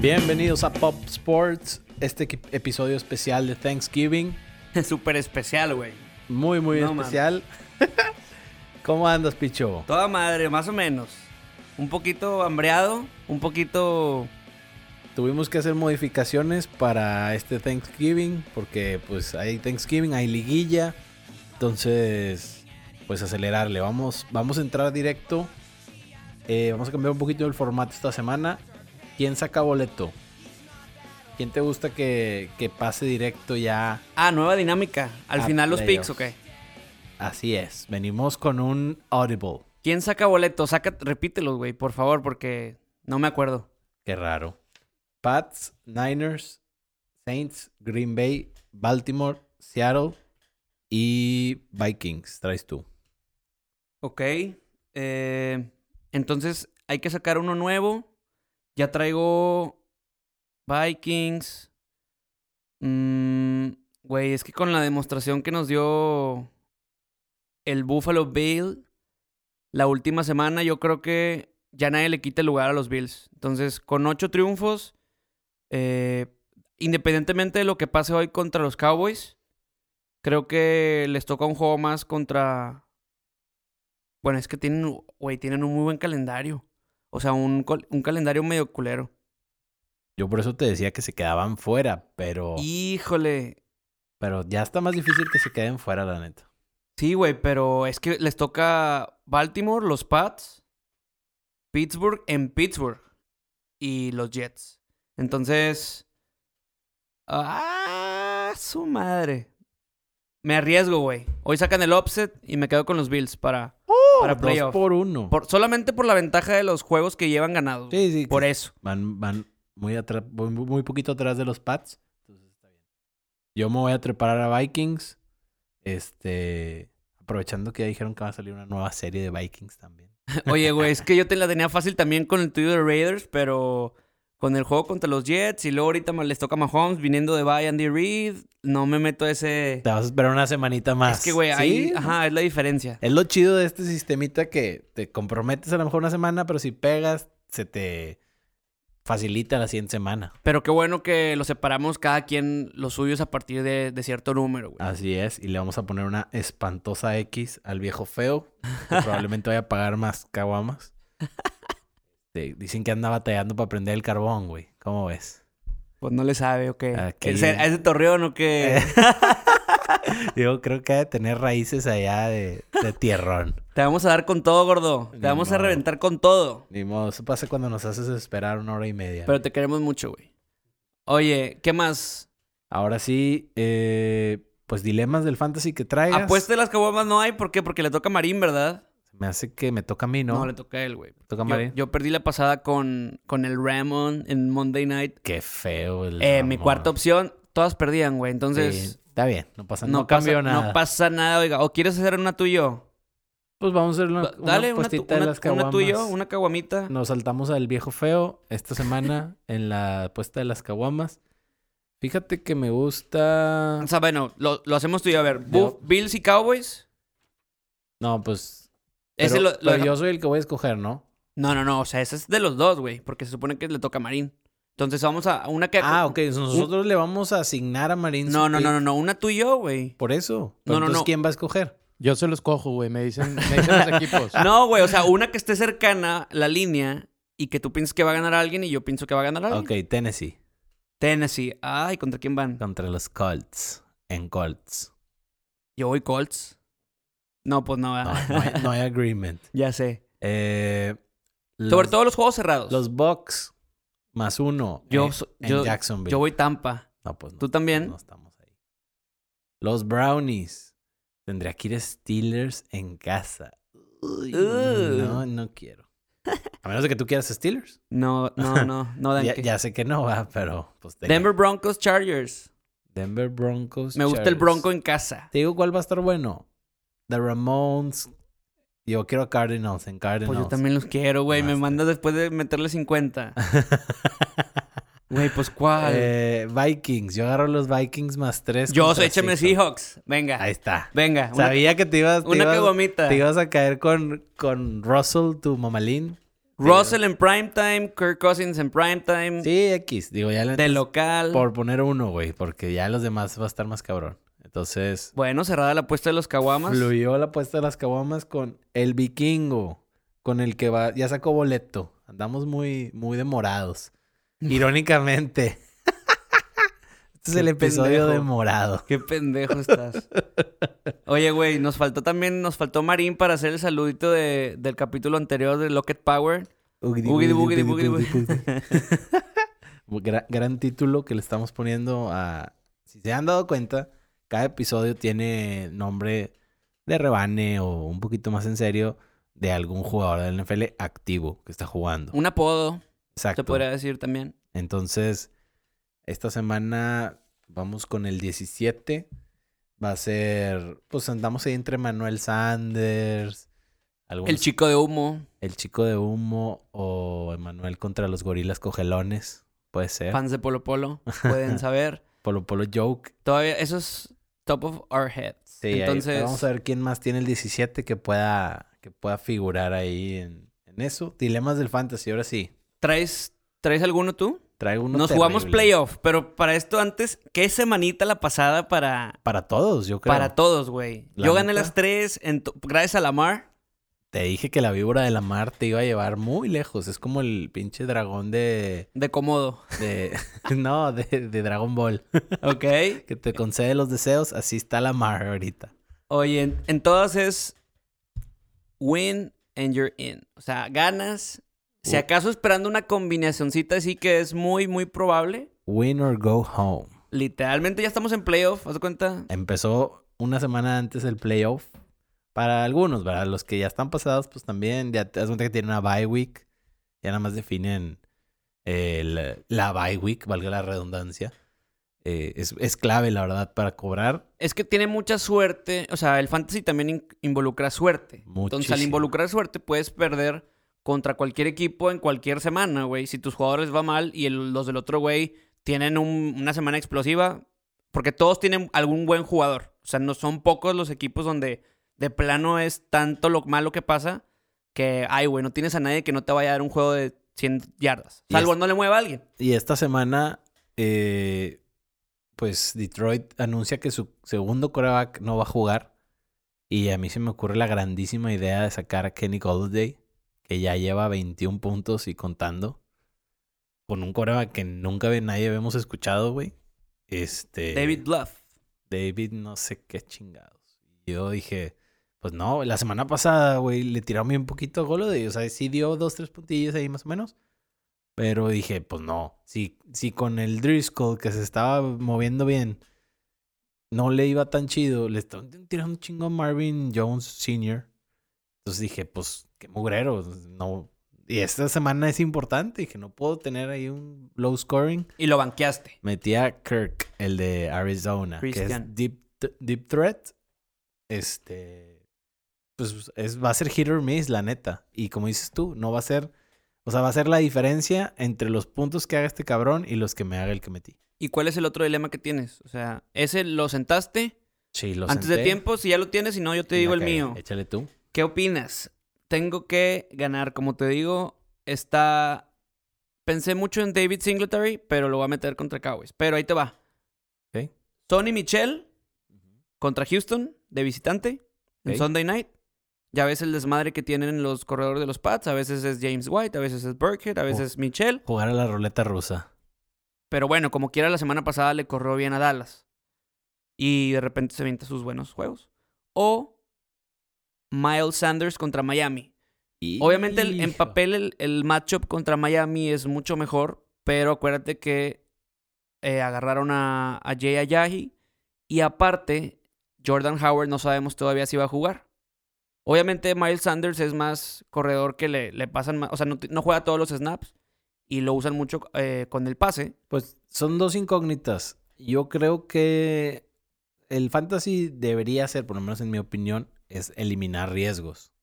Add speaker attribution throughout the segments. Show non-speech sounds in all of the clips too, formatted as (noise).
Speaker 1: Bienvenidos a Pop Sports, este equi- episodio especial de Thanksgiving.
Speaker 2: (laughs) Súper especial, güey.
Speaker 1: Muy, muy
Speaker 2: No,
Speaker 1: especial. (laughs) ¿Cómo andas, Picho?
Speaker 2: Toda madre, más o menos. Un poquito hambreado, un poquito...
Speaker 1: Tuvimos que hacer modificaciones para este Thanksgiving, porque pues hay Thanksgiving, hay liguilla. Entonces, pues acelerarle. Vamos, vamos a entrar directo. Eh, vamos a cambiar un poquito el formato esta semana. ¿Quién saca boleto? ¿Quién te gusta que, que pase directo ya?
Speaker 2: Ah, nueva dinámica. Al
Speaker 1: Ah,
Speaker 2: final los picks,
Speaker 1: playoffs.
Speaker 2: ok.
Speaker 1: Así es, venimos con un audible.
Speaker 2: ¿Quién saca boleto? Saca, repítelos, güey, por favor, porque no me acuerdo.
Speaker 1: Qué raro. Pats, Niners, Saints, Green Bay, Baltimore, Seattle y Vikings. Traes tú.
Speaker 2: Ok. eh, entonces hay que sacar uno nuevo. Ya traigo Vikings. Mm, Güey, es que con la demostración que nos dio el Buffalo Bill la última semana, yo creo que ya nadie le quita el lugar a los Bills. Entonces, con ocho triunfos, eh, independientemente de lo que pase hoy contra los Cowboys, creo que les toca un juego más contra bueno, es que tienen, güey, tienen un muy buen calendario. O sea, un, col- un calendario medio culero.
Speaker 1: Yo por eso te decía que se quedaban fuera, pero,
Speaker 2: Híjole.
Speaker 1: pero ya está más difícil que se queden fuera, la neta.
Speaker 2: Sí, güey, pero es que les toca Baltimore, los Pats, Pittsburgh en Pittsburgh y los Jets. Entonces... ¡Ah! Su madre. Me arriesgo, güey. Hoy sacan el offset y me quedo con los Bills para... para
Speaker 1: Dos
Speaker 2: playoff.
Speaker 1: por uno.
Speaker 2: por- solamente por la ventaja de los juegos que llevan ganados. güey.
Speaker 1: Sí, sí.
Speaker 2: Por
Speaker 1: que
Speaker 2: eso.
Speaker 1: Van, van muy, atrás, muy, muy poquito atrás de los Pats. Entonces está bien. Yo me voy a preparar a Vikings. Este. Aprovechando que ya dijeron que va a salir una nueva serie de Vikings también.
Speaker 2: Oye, güey, es que yo te la tenía fácil también con el tuyo de Raiders, pero con el juego contra los Jets y luego ahorita ma- les toca a Mahomes viniendo de Bay Andy Reid, no me meto a ese...
Speaker 1: Te vas a esperar una semanita más.
Speaker 2: Es que, güey,
Speaker 1: Sí,
Speaker 2: ahí...
Speaker 1: ¿no?
Speaker 2: Ajá, es la diferencia.
Speaker 1: Es lo chido de este sistemita que te comprometes a lo mejor una semana, pero si pegas, se te facilita la siguiente semana.
Speaker 2: Pero qué bueno que lo separamos cada quien los suyos a partir de, de cierto número, güey.
Speaker 1: Así es, y le vamos a poner una espantosa X al viejo feo, que probablemente vaya a pagar más
Speaker 2: (laughs)
Speaker 1: caguamas. Este, dicen que anda batallando para prender el carbón, güey. ¿Cómo ves?
Speaker 2: Pues no le sabe, ok.
Speaker 1: Aquí- Eh.
Speaker 2: ¿Ese, ¿A ese torreón o qué?
Speaker 1: Yo creo que ha de tener raíces allá de, de tierrón.
Speaker 2: (laughs) Te vamos a dar con todo, gordo. Te
Speaker 1: Ni
Speaker 2: vamos a
Speaker 1: modo.
Speaker 2: reventar con todo.
Speaker 1: (laughs) Ni modo, eso pasa cuando nos haces esperar una hora y media.
Speaker 2: Pero te queremos mucho, güey. Oye, ¿qué más?
Speaker 1: Ahora sí, eh, pues dilemas del fantasy que traigas.
Speaker 2: Apuesta de las caguamas no hay, ¿por qué? Porque le toca a Marín, ¿verdad?
Speaker 1: Me hace que me toca a mí, ¿no?
Speaker 2: No, le toca a él, güey.
Speaker 1: toca a
Speaker 2: Yo,
Speaker 1: Marín.
Speaker 2: yo perdí la pasada con, con el Ramon en Monday Night.
Speaker 1: Qué feo el.
Speaker 2: Eh, mi
Speaker 1: Ramón.
Speaker 2: cuarta opción, todas perdían, güey.
Speaker 1: Sí,
Speaker 2: Entonces,
Speaker 1: está bien, no pasa
Speaker 2: no,
Speaker 1: No, cambió
Speaker 2: pasa,
Speaker 1: nada.
Speaker 2: No pasa nada, oiga. ¿O quieres hacer una tú y yo?
Speaker 1: Pues vamos a hacer una,
Speaker 2: Da-
Speaker 1: una
Speaker 2: Dale, una, tu-
Speaker 1: postita de
Speaker 2: una,
Speaker 1: las
Speaker 2: una tú y yo,
Speaker 1: caguamas.
Speaker 2: una caguamita.
Speaker 1: Nos saltamos al viejo feo esta semana (laughs) en la apuesta de las caguamas. Fíjate que me gusta.
Speaker 2: O sea, bueno, lo, lo hacemos tú y yo. A ver,
Speaker 1: Yo-
Speaker 2: Buff- Bills y Cowboys.
Speaker 1: No, pues.
Speaker 2: Ese
Speaker 1: pero-
Speaker 2: lo- lo
Speaker 1: pero
Speaker 2: deja-
Speaker 1: yo soy el que voy a escoger, ¿no?
Speaker 2: No, no, no. O sea, ese es de los dos, güey. Porque se supone que le toca a Marín. Entonces vamos a a una que...
Speaker 1: Ah, ok. Nosotros le vamos a asignar a Marín.
Speaker 2: No,
Speaker 1: su
Speaker 2: no,
Speaker 1: pick.
Speaker 2: no, no, no. Una tú y yo, güey.
Speaker 1: Por eso.
Speaker 2: No,
Speaker 1: Pero
Speaker 2: no,
Speaker 1: entonces,
Speaker 2: no.
Speaker 1: ¿quién va a escoger?
Speaker 3: Yo se los cojo, güey. Me dicen, me dicen los
Speaker 2: (laughs)
Speaker 3: equipos.
Speaker 1: Ah.
Speaker 2: No, güey, o sea, una que esté cercana la línea y que tú pienses que va a ganar alguien y yo pienso que va a ganar alguien.
Speaker 1: Ok, Tennessee.
Speaker 2: Tennessee. Ay, ¿contra quién van?
Speaker 1: Contra los Colts. En Colts.
Speaker 2: Yo voy Colts. No, pues no,
Speaker 1: No,
Speaker 2: ¿verdad?
Speaker 1: no hay, no hay agreement.
Speaker 2: (laughs) ya sé.
Speaker 1: Eh, los,
Speaker 2: Sobre todo los juegos cerrados.
Speaker 1: los Bucks más uno
Speaker 2: yo,
Speaker 1: en,
Speaker 2: so-
Speaker 1: en
Speaker 2: yo,
Speaker 1: Jacksonville.
Speaker 2: yo voy Tampa.
Speaker 1: No, pues no,
Speaker 2: ¿Tú también?
Speaker 1: No estamos ahí. Los Brownies. Tendría que ir a Steelers en casa. Uy,
Speaker 2: Uh.
Speaker 1: No, no quiero. A menos de que tú quieras
Speaker 2: (laughs)
Speaker 1: Steelers.
Speaker 2: No,
Speaker 1: (laughs)
Speaker 2: no, no, no, Dan,
Speaker 1: Ya,
Speaker 2: que-
Speaker 1: ya sé que no va, pero pues tenía-
Speaker 2: Denver Broncos Chargers.
Speaker 1: Denver Broncos.
Speaker 2: Me gusta el
Speaker 1: Chargers.
Speaker 2: Bronco en casa.
Speaker 1: Te digo cuál va a estar bueno. The Ramones. Yo quiero a Cardinals en Cardinals.
Speaker 2: Pues yo también los quiero, güey. Me
Speaker 1: Basta.
Speaker 2: mandas después de
Speaker 1: (laughs)
Speaker 2: meterle 50. Güey, pues cuál.
Speaker 1: Eh, Vikings. Yo agarro los Vikings más tres.
Speaker 2: yo,
Speaker 1: contra
Speaker 2: échame
Speaker 1: Seahawks.
Speaker 2: Seahawks. Venga,
Speaker 1: Ahí está.
Speaker 2: venga. una-
Speaker 1: Sabía que te ibas, te
Speaker 2: Una
Speaker 1: ibas-
Speaker 2: caguamita.
Speaker 1: te ibas a caer con, con Russell, tu mamalín.
Speaker 2: Russell en primetime, Kirk Cousins en primetime.
Speaker 1: Sí, X. Digo, ya la neta,
Speaker 2: De local.
Speaker 1: Por poner uno, güey, porque ya los demás va a estar más cabrón. Entonces,
Speaker 2: Bueno, cerrada la apuesta de los Caguamas.
Speaker 1: fluyó la apuesta de las caguamas con el vikingo, con el que va, ya sacó boleto. Andamos muy, muy demorados. Irónicamente. (laughs) este es
Speaker 2: Qué
Speaker 1: el episodio
Speaker 2: pendejo.
Speaker 1: de morado.
Speaker 2: Qué pendejo
Speaker 1: (laughs)
Speaker 2: estás. Oye, güey, nos faltó también, nos faltó Marín para hacer el saludito de- del capítulo anterior de Locket Power. Ugidi, bugidi, bugidi,
Speaker 1: (laughs) Gran, gran título que le estamos poniendo a... Si se han dado cuenta, cada episodio tiene nombre de rebane o un poquito más en serio de algún jugador del NFL activo que está jugando.
Speaker 2: Un apodo,
Speaker 1: Exacto.
Speaker 2: se podría decir también.
Speaker 1: Entonces, esta semana vamos con el 17. Va a ser, pues andamos ahí entre Manuel Sanders,
Speaker 2: El
Speaker 1: algunos-
Speaker 2: chico de humo,
Speaker 1: el chico de humo o Emanuel contra los gorilas cogelones. Puede ser.
Speaker 2: fans de Polo
Speaker 1: (laughs)
Speaker 2: Polo, pueden saber.
Speaker 1: Polo Polo Joke.
Speaker 2: Todavía, eso es top of our heads.
Speaker 1: Sí, ahí-
Speaker 2: Entonces,
Speaker 1: vamos a ver quién más tiene el 17 que pueda, que pueda figurar ahí en, en eso. Dilemas del Fantasy, ahora sí.
Speaker 2: ¿traes, ¿traes alguno tú?
Speaker 1: Traigo uno
Speaker 2: Nos jugamos
Speaker 1: terrible.
Speaker 2: playoff, pero para esto antes, ¿qué semanita la pasada para,
Speaker 1: Para todos, yo creo.
Speaker 2: para todos, güey?
Speaker 1: La
Speaker 2: Yo gané
Speaker 1: neta.
Speaker 2: las tres, en to- gracias a Lamar.
Speaker 1: Te dije que la víbora de la mar te iba a llevar muy lejos. Es como el pinche dragón de. (laughs)
Speaker 2: De comodo.
Speaker 1: de- no, de, de Dragon Ball.
Speaker 2: Ok.
Speaker 1: Que te concede los deseos. Así está la mar ahorita.
Speaker 2: Oye, en, en todas es win and you're in. O sea, ganas. Si
Speaker 1: Uh.
Speaker 2: acaso esperando una combinacioncita así que es muy, muy probable.
Speaker 1: Win or go home.
Speaker 2: Literalmente ya estamos en playoff, ¿haz de cuenta?
Speaker 1: Empezó una semana antes el playoff. Para algunos, ¿verdad? Los que ya están pasados, pues también. Ya te das cuenta que tienen una bye week. Ya nada más definen eh, la, la bye week, valga la redundancia. Eh, es, es clave, la verdad, para cobrar.
Speaker 2: Es que tiene mucha suerte. O sea, el fantasy también in- involucra suerte. Entonces, al
Speaker 1: Muchísimo.
Speaker 2: involucrar suerte, puedes perder contra cualquier equipo en cualquier semana, güey. Si tus jugadores va mal y el- los del otro güey tienen un- una semana explosiva, porque todos tienen algún buen jugador. O sea, no son pocos los equipos donde de plano es tanto lo malo que pasa que, ay, güey, no tienes a nadie que no te vaya a dar un juego de 100 yardas.
Speaker 1: Y
Speaker 2: Salvo
Speaker 1: es-
Speaker 2: no le mueva a alguien.
Speaker 1: Y esta semana, eh, pues Detroit anuncia que su segundo coreback no va a jugar. Y a mí se me ocurre la grandísima idea de sacar a Kenny Golladay, que ya lleva 21 puntos y contando. Con un coreback que nunca ve- nadie habíamos escuchado, güey. Este.
Speaker 2: David Bluff.
Speaker 1: David, no sé qué chingados. Y Yo dije, pues no, la semana pasada, güey, le tiraron bien poquito a Golladay. O sea, sí dio dos, tres puntillos ahí más o menos. Pero dije, pues no. Si, si con el Driscoll que se estaba moviendo bien, no le iba tan chido, le estaban tirando un chingo a Marvin Jones Sr. Entonces dije, pues qué mugrero. No. Y esta semana es importante. Dije, no puedo tener ahí un low scoring.
Speaker 2: Y lo banqueaste.
Speaker 1: Metí a Kirk, el de Arizona, que
Speaker 2: Christian.
Speaker 1: es Deep, deep Threat. Este. Pues es, va a ser hit or miss, la neta. Y como dices tú, no va a ser. O sea, va a ser la diferencia entre los puntos que haga este cabrón y los que me haga el que metí.
Speaker 2: ¿Y cuál es el otro dilema que tienes? O sea, ese lo sentaste
Speaker 1: Sí, lo
Speaker 2: antes de
Speaker 1: senté
Speaker 2: tiempo, si ya lo tienes, si no, yo te
Speaker 1: y
Speaker 2: digo
Speaker 1: la
Speaker 2: el
Speaker 1: cagué.
Speaker 2: mío.
Speaker 1: Échale tú.
Speaker 2: ¿Qué opinas? Tengo que ganar, como te digo, está... Pensé mucho en David Singletary, pero lo voy a meter contra Cowboys. Pero ahí te va.
Speaker 1: Ok.
Speaker 2: Tony Michel contra Houston de visitante en
Speaker 1: Ok.
Speaker 2: Sunday Night. Ya ves el desmadre que tienen los corredores de los Pats. A veces es James White, a veces es Burkhead, a veces es Michel.
Speaker 1: Jugar a la ruleta rusa.
Speaker 2: Pero bueno, como quiera, la semana pasada le corrió bien a Dallas. Y de repente se avienta sus buenos juegos. O Miles Sanders contra Miami. Obviamente el- en
Speaker 1: Hijo.
Speaker 2: papel el, el matchup contra Miami es mucho mejor, pero acuérdate que eh, agarraron a, a Jay Ayahi y aparte Jordan Howard no sabemos todavía si va a jugar. Obviamente Miles Sanders es más corredor que le, le pasan más, o sea, no, te- no juega todos los snaps y lo usan mucho eh, con el pase.
Speaker 1: Pues son dos incógnitas. Yo creo que el fantasy debería ser, por lo menos en mi opinión, es eliminar riesgos.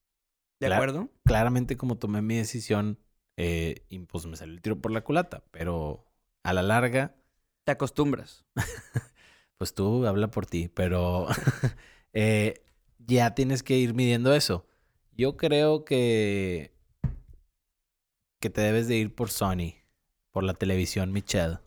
Speaker 2: ¿De
Speaker 1: Claro.
Speaker 2: acuerdo?
Speaker 1: claramente como tomé mi decisión, eh, y pues me salió el tiro por la culata, pero a la larga,
Speaker 2: Te acostumbras.
Speaker 1: pues tú habla por ti, pero (laughs) eh, ya tienes que ir midiendo eso. Yo creo que que te debes de ir por Sony, por la televisión Michelle.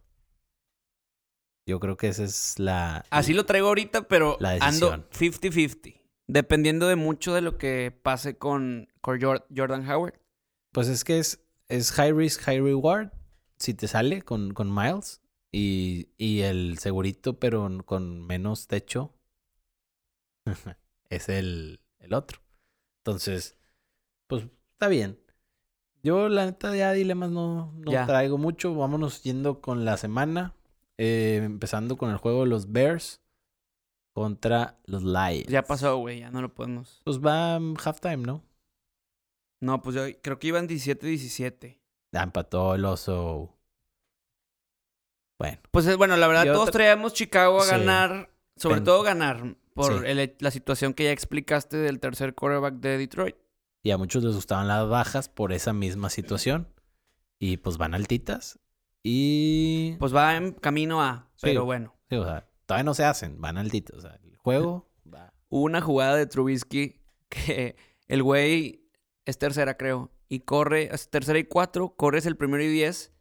Speaker 1: Yo creo que esa es la...
Speaker 2: Así lo traigo ahorita, pero
Speaker 1: La decisión.
Speaker 2: ando 50-50. Dependiendo de mucho de lo que pase con, con Jor- Jordan Howard.
Speaker 1: Pues es que es, es high risk, high reward, si te sale con, con Miles. Y, y el segurito, pero con menos techo, (laughs) es el, el otro. Entonces, pues está bien. Yo la neta ya dilemas no, no
Speaker 2: Ya.
Speaker 1: traigo mucho. Vámonos yendo con la semana. eh, empezando con el juego de los Bears contra los Lions.
Speaker 2: pues Ya pasó, güey, ya no lo podemos.
Speaker 1: Pues va mm, halftime, ¿no?
Speaker 2: No, pues yo creo que iban 17-17.
Speaker 1: Ah, Empató el oso. Bueno.
Speaker 2: Pues es- bueno, la verdad,
Speaker 1: Yo
Speaker 2: todos
Speaker 1: tra-
Speaker 2: traíamos Chicago a
Speaker 1: Sí.
Speaker 2: ganar, sobre
Speaker 1: Pen-
Speaker 2: todo ganar, por
Speaker 1: Sí.
Speaker 2: el- e, la situación que ya explicaste del tercer quarterback de Detroit.
Speaker 1: Y a muchos les gustaban las bajas por esa misma situación. Y pues van altitas. Y.
Speaker 2: Pues va en camino a,
Speaker 1: Sí.
Speaker 2: pero bueno.
Speaker 1: sí, o sea, todavía no se hacen, van altitas. O sea, el juego va.
Speaker 2: Hubo una jugada de Trubisky (laughs) que el güey es tercera, creo, y corre, es tercera y cuatro, corres el primero y diez,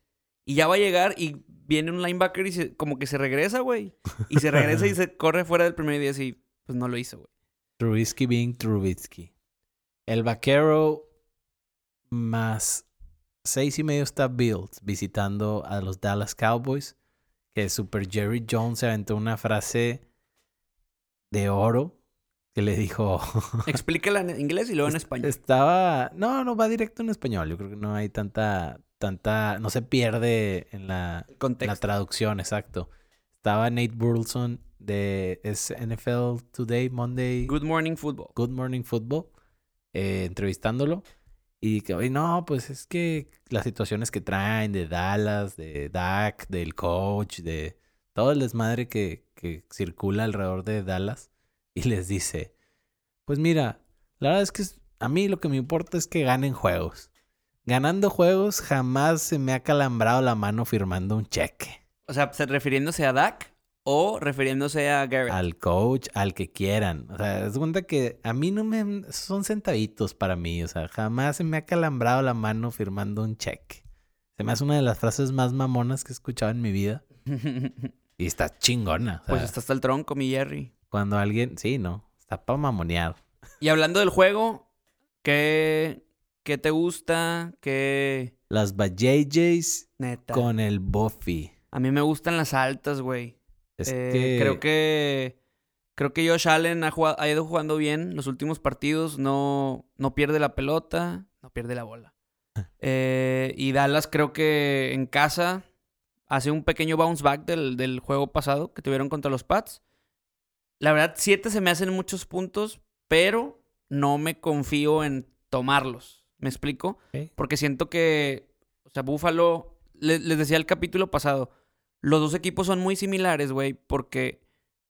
Speaker 2: y ya va a llegar y viene un linebacker y se- como que se regresa, güey. Y se regresa y se corre fuera del primero y diez y pues no lo hizo, güey.
Speaker 1: Trubisky being Trubisky. El vaquero más seis y medio está Bills visitando a los Dallas Cowboys. Que Super Jerry Jones se aventó una frase de oro que le dijo.
Speaker 2: Explícala en inglés y luego en
Speaker 1: Est-
Speaker 2: español.
Speaker 1: Estaba. No, no, va directo en español. Yo creo que no hay tanta. tanta. no se pierde en la,
Speaker 2: El
Speaker 1: en la
Speaker 2: contexto.
Speaker 1: traducción, exacto. Estaba Nate Burleson de es NFL Today, Monday.
Speaker 2: Good morning football.
Speaker 1: Good Morning Football, eh, entrevistándolo. Y que, oye, no, pues es que las situaciones que traen de Dallas, de Dak, del coach, de todo el desmadre que, que circula alrededor de Dallas. Y les dice, pues mira, la verdad es que es- a mí lo que me importa es que ganen juegos. Ganando juegos jamás se me ha calambrado la mano firmando un cheque.
Speaker 2: O sea, se- refiriéndose a Dak o refiriéndose a Garrett. (laughs)
Speaker 1: Al coach, al que quieran. O sea, es cuenta que a mí no me. Son centavitos para mí. O sea, jamás se me ha calambrado la mano firmando un cheque. Se me hace una de las frases más mamonas que he escuchado en mi vida. Y está chingona. O sea,
Speaker 2: pues está hasta el tronco, mi Jerry.
Speaker 1: Cuando alguien. Sí, no. Está para mamonear.
Speaker 2: Y hablando del juego, ¿qué, qué te gusta? ¿Qué.
Speaker 1: Las JJs
Speaker 2: Neta.
Speaker 1: con el Buffy.
Speaker 2: A mí me gustan las altas, güey.
Speaker 1: Es
Speaker 2: Eh,
Speaker 1: que.
Speaker 2: Creo que. Creo que Josh Allen ha, jugado- ha ido jugando bien los últimos partidos. No, no pierde la pelota, no pierde la bola.
Speaker 1: Ah.
Speaker 2: Eh, y Dallas creo que en casa hace un pequeño bounce back del, del juego pasado que tuvieron contra los Pats. La verdad, siete se me hacen muchos puntos, pero no me confío en tomarlos. ¿Me explico?
Speaker 1: Ok.
Speaker 2: Porque siento que, o sea, Buffalo, le- les decía el capítulo pasado, los dos equipos son muy similares, güey, porque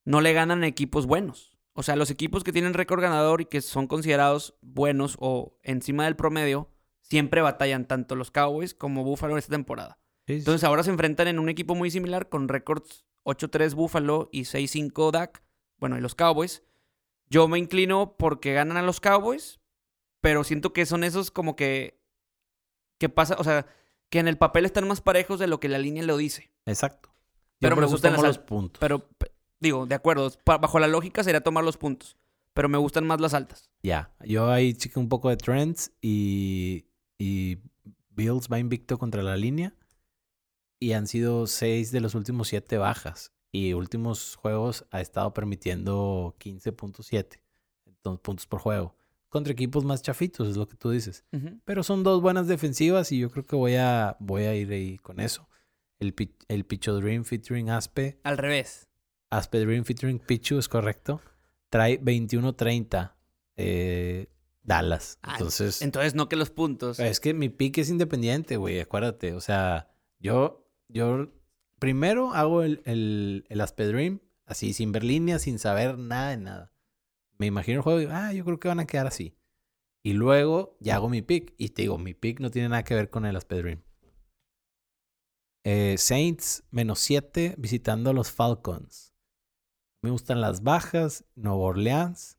Speaker 2: no le ganan a equipos buenos. O sea, los equipos que tienen récord ganador y que son considerados buenos o encima del promedio, siempre batallan tanto los Cowboys como Buffalo esta temporada.
Speaker 1: Sí, sí,
Speaker 2: Entonces ahora se enfrentan en un equipo muy similar con récords 8-3 Buffalo y 6-5 Dak, bueno, y los Cowboys. Yo me inclino porque ganan a los Cowboys, pero siento que son esos como que que pasa, o sea, que en el papel están más parejos de lo que la línea lo dice.
Speaker 1: Exacto.
Speaker 2: Pero
Speaker 1: por
Speaker 2: me
Speaker 1: eso
Speaker 2: gustan
Speaker 1: tomo
Speaker 2: las
Speaker 1: los puntos.
Speaker 2: Pero p- digo, de acuerdo, pa- bajo la lógica sería tomar los puntos, pero me gustan más las altas.
Speaker 1: Ya, yo ahí chequé un poco de trends y, y Bills va invicto contra la línea y han sido seis de los últimos siete bajas y últimos juegos ha estado permitiendo 15.7 entonces, puntos por juego contra equipos más chafitos, es lo que tú dices. Pero son dos buenas defensivas y yo creo que voy a, voy a ir ahí con eso. El, pi- el Picho Dream featuring Aspe
Speaker 2: Al revés.
Speaker 1: Aspedrin featuring Pichu, es correcto. Trae 21-30 eh, Dallas.
Speaker 2: Ah,
Speaker 1: Entonces,
Speaker 2: Entonces no que los puntos.
Speaker 1: es que mi pick es independiente, güey, acuérdate. O sea, yo, yo primero hago el, el, el Aspedream, así, sin ver líneas, sin saber nada de nada. Me imagino el juego y digo, ah, yo creo que van a quedar así. Y luego ya hago mi pick. Y te digo, mi pick no tiene nada que ver con el Aspedream. Eh, Saints menos 7 visitando a los Falcons. Me gustan las bajas, Nueva Orleans.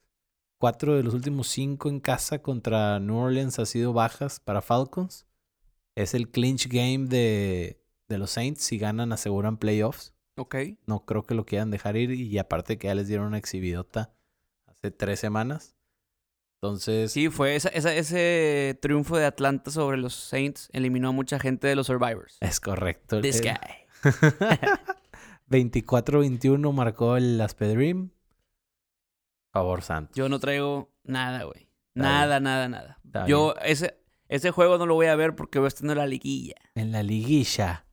Speaker 1: Cuatro de los últimos cinco en casa contra New Orleans ha sido bajas para Falcons. Es el clinch game de, de los Saints. Si ganan, aseguran playoffs.
Speaker 2: Ok.
Speaker 1: No creo que lo quieran dejar ir. Y aparte que ya les dieron una exhibidota hace tres semanas. Entonces,
Speaker 2: Sí, fue esa- esa- ese triunfo de Atlanta sobre los Saints eliminó a mucha gente de los Survivors.
Speaker 1: es correcto.
Speaker 2: This
Speaker 1: Eh,
Speaker 2: guy.
Speaker 1: 24-21 marcó el Aspedream. Favor Santos.
Speaker 2: Yo no traigo nada, güey.
Speaker 1: bien.
Speaker 2: Nada, nada, nada.
Speaker 1: Está
Speaker 2: Yo ese, ese juego no lo voy a ver porque voy a estar en la liguilla.
Speaker 1: En la liguilla.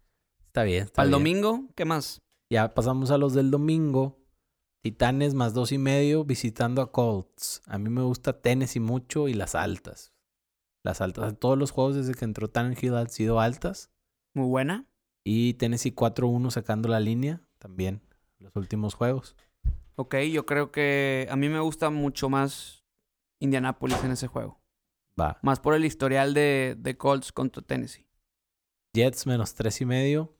Speaker 1: Está bien. está
Speaker 2: Para el
Speaker 1: bien.
Speaker 2: domingo, ¿qué más?
Speaker 1: Ya pasamos a los del domingo. Titanes más dos y medio visitando a Colts. A mí me gusta Tennessee mucho y las altas. Las altas. En todos los juegos desde que entró Tannehill han sido altas.
Speaker 2: Muy buena.
Speaker 1: Y Tennessee 4-1 sacando la línea también. Los últimos juegos.
Speaker 2: Ok, yo creo que a mí me gusta mucho más Indianapolis en ese juego.
Speaker 1: Va.
Speaker 2: Más por el historial de, de Colts contra Tennessee.
Speaker 1: Jets menos tres y medio.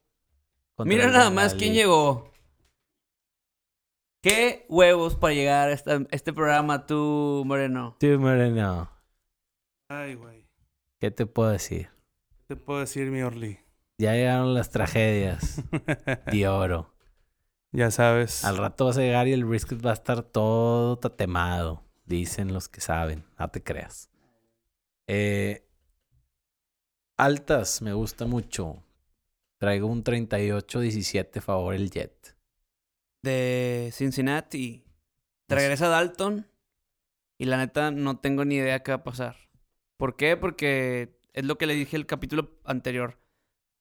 Speaker 1: contra
Speaker 2: Mira
Speaker 1: el
Speaker 2: nada más quién
Speaker 1: Bengalí.
Speaker 2: llegó. Qué huevos para llegar a esta- este programa tú, Moreno.
Speaker 1: Sí, Moreno.
Speaker 4: Ay, güey.
Speaker 1: ¿Qué te puedo decir?
Speaker 4: ¿Qué te puedo decir, mi Orly?
Speaker 1: Ya llegaron las tragedias de oro.
Speaker 4: ya sabes.
Speaker 1: Al rato vas a llegar y el brisket va a estar todo tatemado. Dicen los que saben. No te creas. Eh, altas, me gusta mucho. Traigo un 38-17 favor el Jet.
Speaker 2: De Cincinnati. Te Regresa Dalton. Y la neta no tengo ni idea qué va a pasar. ¿Por qué? Porque es lo que le dije el capítulo anterior.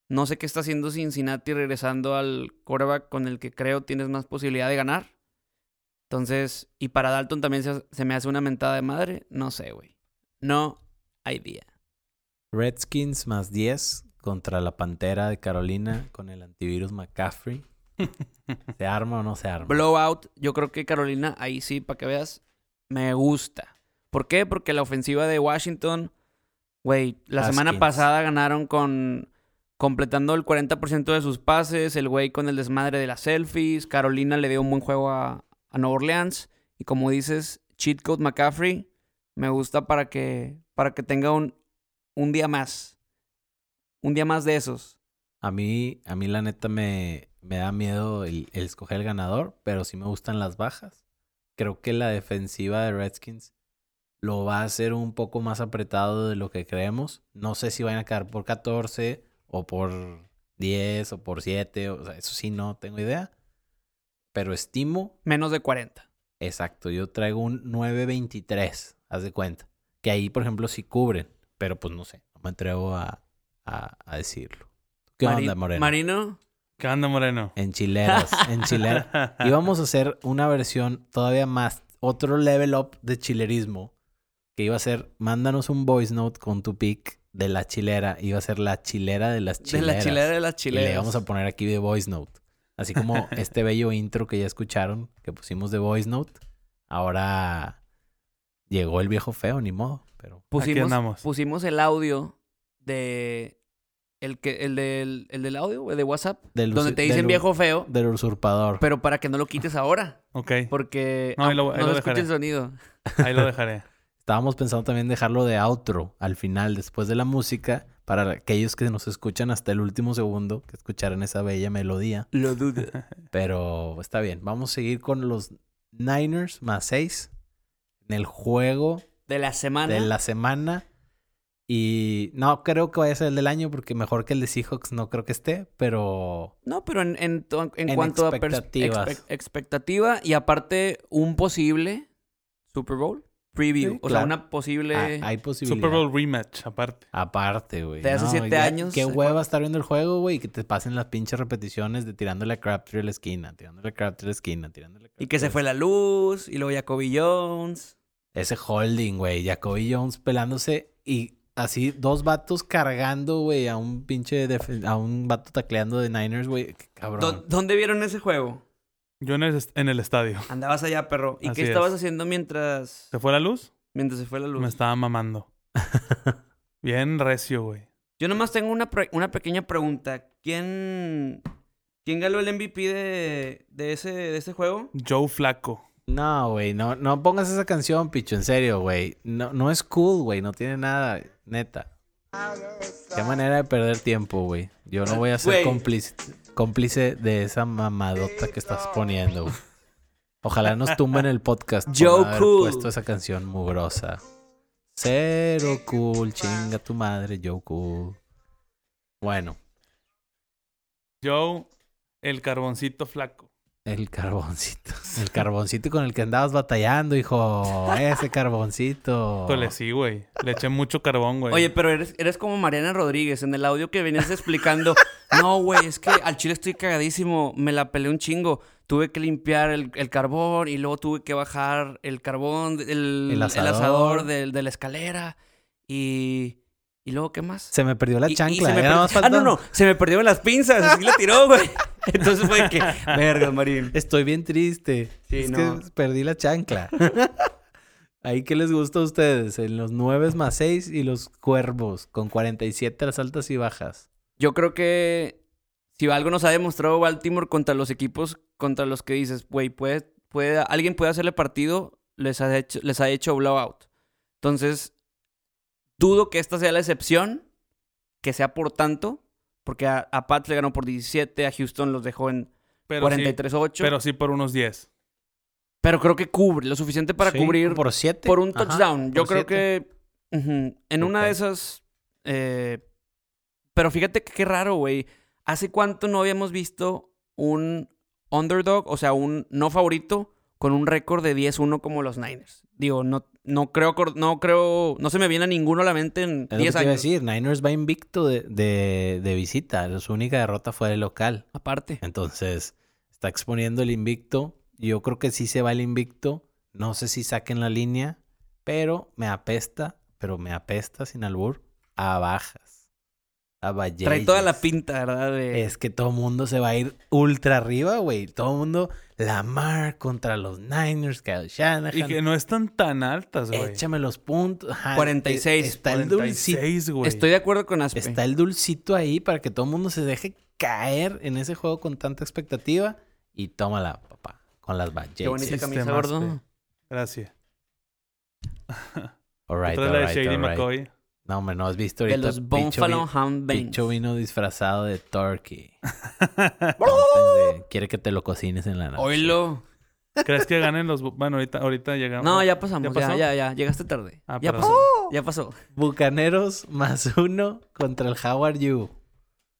Speaker 2: No sé qué está haciendo Cincinnati regresando al quarterback con el que creo tienes más posibilidad de ganar. Entonces, y para Dalton también se, se me hace una mentada de madre. No sé, güey. No hay día.
Speaker 1: Redskins más 10 contra la Pantera de Carolina con el antivirus McCaffrey. ¿Se arma o no se arma?
Speaker 2: Blowout, yo creo que Carolina, ahí sí, para que veas, me gusta. ¿Por qué? Porque la ofensiva de Washington, güey, la semana
Speaker 1: Haskins.
Speaker 2: pasada ganaron con completando el 40% de sus pases, el güey con el desmadre de las selfies, Carolina le dio un buen juego a, a Nueva Orleans y como dices, cheat code McCaffrey, me gusta para que para que tenga un un día más. Un día más de esos.
Speaker 1: A mí, a mí la neta me, me da miedo el, el escoger el ganador, pero sí me gustan las bajas. Creo que la defensiva de Redskins lo va a hacer un poco más apretado de lo que creemos. No sé si van a quedar por 14 o por 10 o por 7. O sea, eso sí no tengo idea. Pero estimo,
Speaker 2: Menos de 40.
Speaker 1: exacto, yo traigo un 9-23, haz de cuenta. Que ahí, por ejemplo, sí cubren, pero pues no sé, no me atrevo a, a- a decirlo. ¿Qué
Speaker 2: Mari-
Speaker 1: onda, Moreno?
Speaker 2: Marino,
Speaker 4: ¿Qué onda, Moreno?
Speaker 1: Enchileras, enchileras.
Speaker 4: (laughs)
Speaker 1: Y vamos a hacer una versión todavía más, otro level up de chilerismo. Que iba a ser, mándanos un voice note con tu pick de la chilera. Iba a ser la chilera de las
Speaker 2: de
Speaker 1: chileras.
Speaker 2: la chilera de las
Speaker 1: Y
Speaker 2: chileras.
Speaker 1: le vamos a poner aquí de voice note. Así
Speaker 2: (laughs)
Speaker 1: como este bello intro que ya escucharon, que pusimos de voice note. Ahora llegó el viejo feo, ni modo. Pero
Speaker 4: Aquí andamos.
Speaker 2: pusimos el audio de el que el del, el del audio güey, de WhatsApp
Speaker 1: Del
Speaker 2: donde
Speaker 1: usi-
Speaker 2: te dicen
Speaker 1: del u-
Speaker 2: viejo feo,
Speaker 1: del usurpador.
Speaker 2: pero para que no lo quites ahora,
Speaker 4: Ok,
Speaker 2: porque
Speaker 4: No, ahí lo-
Speaker 2: ah,
Speaker 4: ahí
Speaker 2: no
Speaker 4: lo
Speaker 2: se escucha
Speaker 4: dejaré.
Speaker 2: el sonido.
Speaker 4: ahí lo dejaré.
Speaker 1: Estábamos pensando también dejarlo de outro al final, después de la música, para aquellos que nos escuchan hasta el último segundo, que escucharan esa bella melodía.
Speaker 2: (laughs) Lo
Speaker 4: (laughs)
Speaker 2: dudo.
Speaker 1: Pero está bien, vamos a seguir con los Niners más 6 en el juego
Speaker 2: De la semana.
Speaker 1: de la semana. Y no creo que vaya a ser el del año, porque mejor que el de Seahawks no creo que esté, pero
Speaker 2: No, pero en, en, to- en
Speaker 1: En
Speaker 2: cuanto a pers-
Speaker 1: expectativas.
Speaker 2: expe- expectativa y aparte un posible Super Bowl preview,
Speaker 1: Sí,
Speaker 2: o sea,
Speaker 1: claro. Ah,
Speaker 2: una posible
Speaker 1: ha- hay posibilidad.
Speaker 4: Super Bowl rematch, aparte.
Speaker 1: Aparte, güey.
Speaker 2: De hace siete
Speaker 1: ya-
Speaker 2: años, eh,
Speaker 1: Qué
Speaker 2: ¿se
Speaker 1: hueva estar viendo el juego, güey, y que te pasen las pinches repeticiones de tirándole a Crabtree a la esquina, tirándole a Crabtree a la esquina, tirándole a
Speaker 2: y que
Speaker 1: Crabtree a
Speaker 2: se fue
Speaker 1: esquina.
Speaker 2: la luz y luego Jacoby Jones.
Speaker 1: Ese holding, güey. Jacoby Jones pelándose y así dos vatos cargando, güey, a un pinche... def- A un vato tacleando de Niners, güey. Qué
Speaker 2: ¿Dó-
Speaker 1: Cabrón.
Speaker 2: ¿Dónde vieron ese juego?
Speaker 4: Yo en el, est- en el estadio.
Speaker 2: Andabas allá, perro. ¿Y
Speaker 4: Así
Speaker 2: qué estabas
Speaker 4: es.
Speaker 2: haciendo mientras
Speaker 4: ¿Se fue la luz?
Speaker 2: mientras se fue la luz?
Speaker 4: Me estaba
Speaker 2: (laughs)
Speaker 4: mamando. Bien recio, güey.
Speaker 2: Yo nomás tengo una, pre- una pequeña pregunta. ¿Quién, ¿Quién ganó el MVP de, de ese, de ese juego?
Speaker 4: Joe Flaco.
Speaker 1: No, güey. No, no pongas esa canción, picho. En serio, güey. No, no es cool, güey. No tiene nada. Neta. Qué manera de perder tiempo, güey. Yo no voy a ser
Speaker 2: Güey.
Speaker 1: cómplice, cómplice de esa mamadota que estás poniendo, güey. Ojalá nos tumben el podcast por
Speaker 2: Joe
Speaker 1: no haber
Speaker 2: Cool.
Speaker 1: puesto esa canción mugrosa. Cero cool, chinga tu madre, Joe Cool. Bueno,
Speaker 4: Joe, el carboncito flaco.
Speaker 1: el carboncito. El carboncito con el que andabas batallando, hijo. Ese carboncito.
Speaker 4: Híjole, sí, güey. Le eché mucho carbón, güey.
Speaker 2: Oh. Oye, pero eres, eres como Mariana Rodríguez en el audio que venías explicando. (laughs) No, güey, es que al chile estoy cagadísimo. Me la peleé un chingo. Tuve que limpiar el, el carbón y luego tuve que bajar el carbón, el, el asador,
Speaker 1: asador.
Speaker 2: del- de, la escalera. Y, y luego, ¿qué más?
Speaker 1: Se me perdió la
Speaker 2: Y- y
Speaker 1: chancla.
Speaker 2: se me
Speaker 1: ya nada más
Speaker 2: perdió- (laughs) Ah, no,
Speaker 1: faltaba-
Speaker 2: no, se me perdieron las pinzas. Así la
Speaker 1: (laughs)
Speaker 2: tiró, güey. Entonces fue de que, verga, Marín.
Speaker 1: Estoy bien triste.
Speaker 2: Sí,
Speaker 1: es
Speaker 2: no.
Speaker 1: que perdí la chancla. (laughs) Ahí que les gusta a ustedes, en los 9 más 6 y los cuervos, con 47 las altas y bajas.
Speaker 2: Yo creo que si algo nos ha demostrado Baltimore contra los equipos contra los que dices, güey, puede, puede, alguien puede hacerle partido, les ha hecho, les ha hecho blowout. Entonces, dudo que esta sea la excepción, que sea por tanto, porque a, a Pats le ganó por 17, a Houston los dejó en
Speaker 4: pero sí,
Speaker 2: 43-8, pero,
Speaker 4: pero sí por unos 10.
Speaker 2: creo que cubre, lo suficiente para
Speaker 1: Sí,
Speaker 2: cubrir por,
Speaker 1: por 7.
Speaker 2: un touchdown. Yo creo que ujú, en una de
Speaker 1: Ok.
Speaker 2: esas... eh, pero fíjate que qué raro, güey. ¿Hace cuánto no habíamos visto un underdog, o sea, un no favorito, con un récord de 10-1 como los Niners? Digo, no, no creo, acor- no creo, no se me viene a ninguno a la mente en
Speaker 1: Es lo que
Speaker 2: 10
Speaker 1: te iba a
Speaker 2: años.
Speaker 1: decir, Niners va invicto de, de, de visita. Su única derrota fue de local.
Speaker 2: Aparte.
Speaker 1: Entonces, está exponiendo el invicto. Yo creo que sí se va el invicto. No sé si saquen la línea, pero me apesta, pero me apesta sin albur a bajas. A
Speaker 2: Trae toda la
Speaker 1: ballellas.
Speaker 2: pinta, ¿verdad? De...
Speaker 1: Es que todo mundo se va a ir ultra arriba, güey. Todo mundo, Lamar contra los Niners, Kyle
Speaker 4: Y
Speaker 1: Shanahan.
Speaker 4: que no están tan altas, güey.
Speaker 1: Échame los puntos. Ajá,
Speaker 2: 46,
Speaker 1: Está el, dulcito,
Speaker 4: 46, güey.
Speaker 2: Estoy de acuerdo con Aspe.
Speaker 1: está el dulcito ahí para que todo el mundo se deje caer en ese juego con tanta expectativa. Y tómala, papá, con las ballets.
Speaker 2: Qué bonita
Speaker 4: Sistema,
Speaker 2: camisa, gordo.
Speaker 4: Aspe. Gracias.
Speaker 1: All right,
Speaker 4: Otra
Speaker 1: all
Speaker 4: la de
Speaker 1: right,
Speaker 4: Shady
Speaker 1: all right.
Speaker 4: McCoy.
Speaker 1: No, hombre, no has visto
Speaker 2: De
Speaker 1: ahorita.
Speaker 2: los
Speaker 1: Picho vi-
Speaker 2: Buffalo Humveins.
Speaker 1: Picho vino disfrazado de
Speaker 4: (laughs)
Speaker 1: turkey. Entonces, Quiere que te lo cocines en la noche.
Speaker 2: Oílo.
Speaker 4: ¿Crees que ganen los... bu- Bueno, ahorita, ahorita llegamos.
Speaker 2: No, ya pasamos,
Speaker 4: ¿Ya
Speaker 2: ¿Ya,
Speaker 4: pasó?
Speaker 2: ya, ya, Llegaste tarde.
Speaker 4: Ah,
Speaker 2: ya
Speaker 4: perdón.
Speaker 2: pasó. Ya pasó.
Speaker 1: Bucaneros más uno contra el How are you?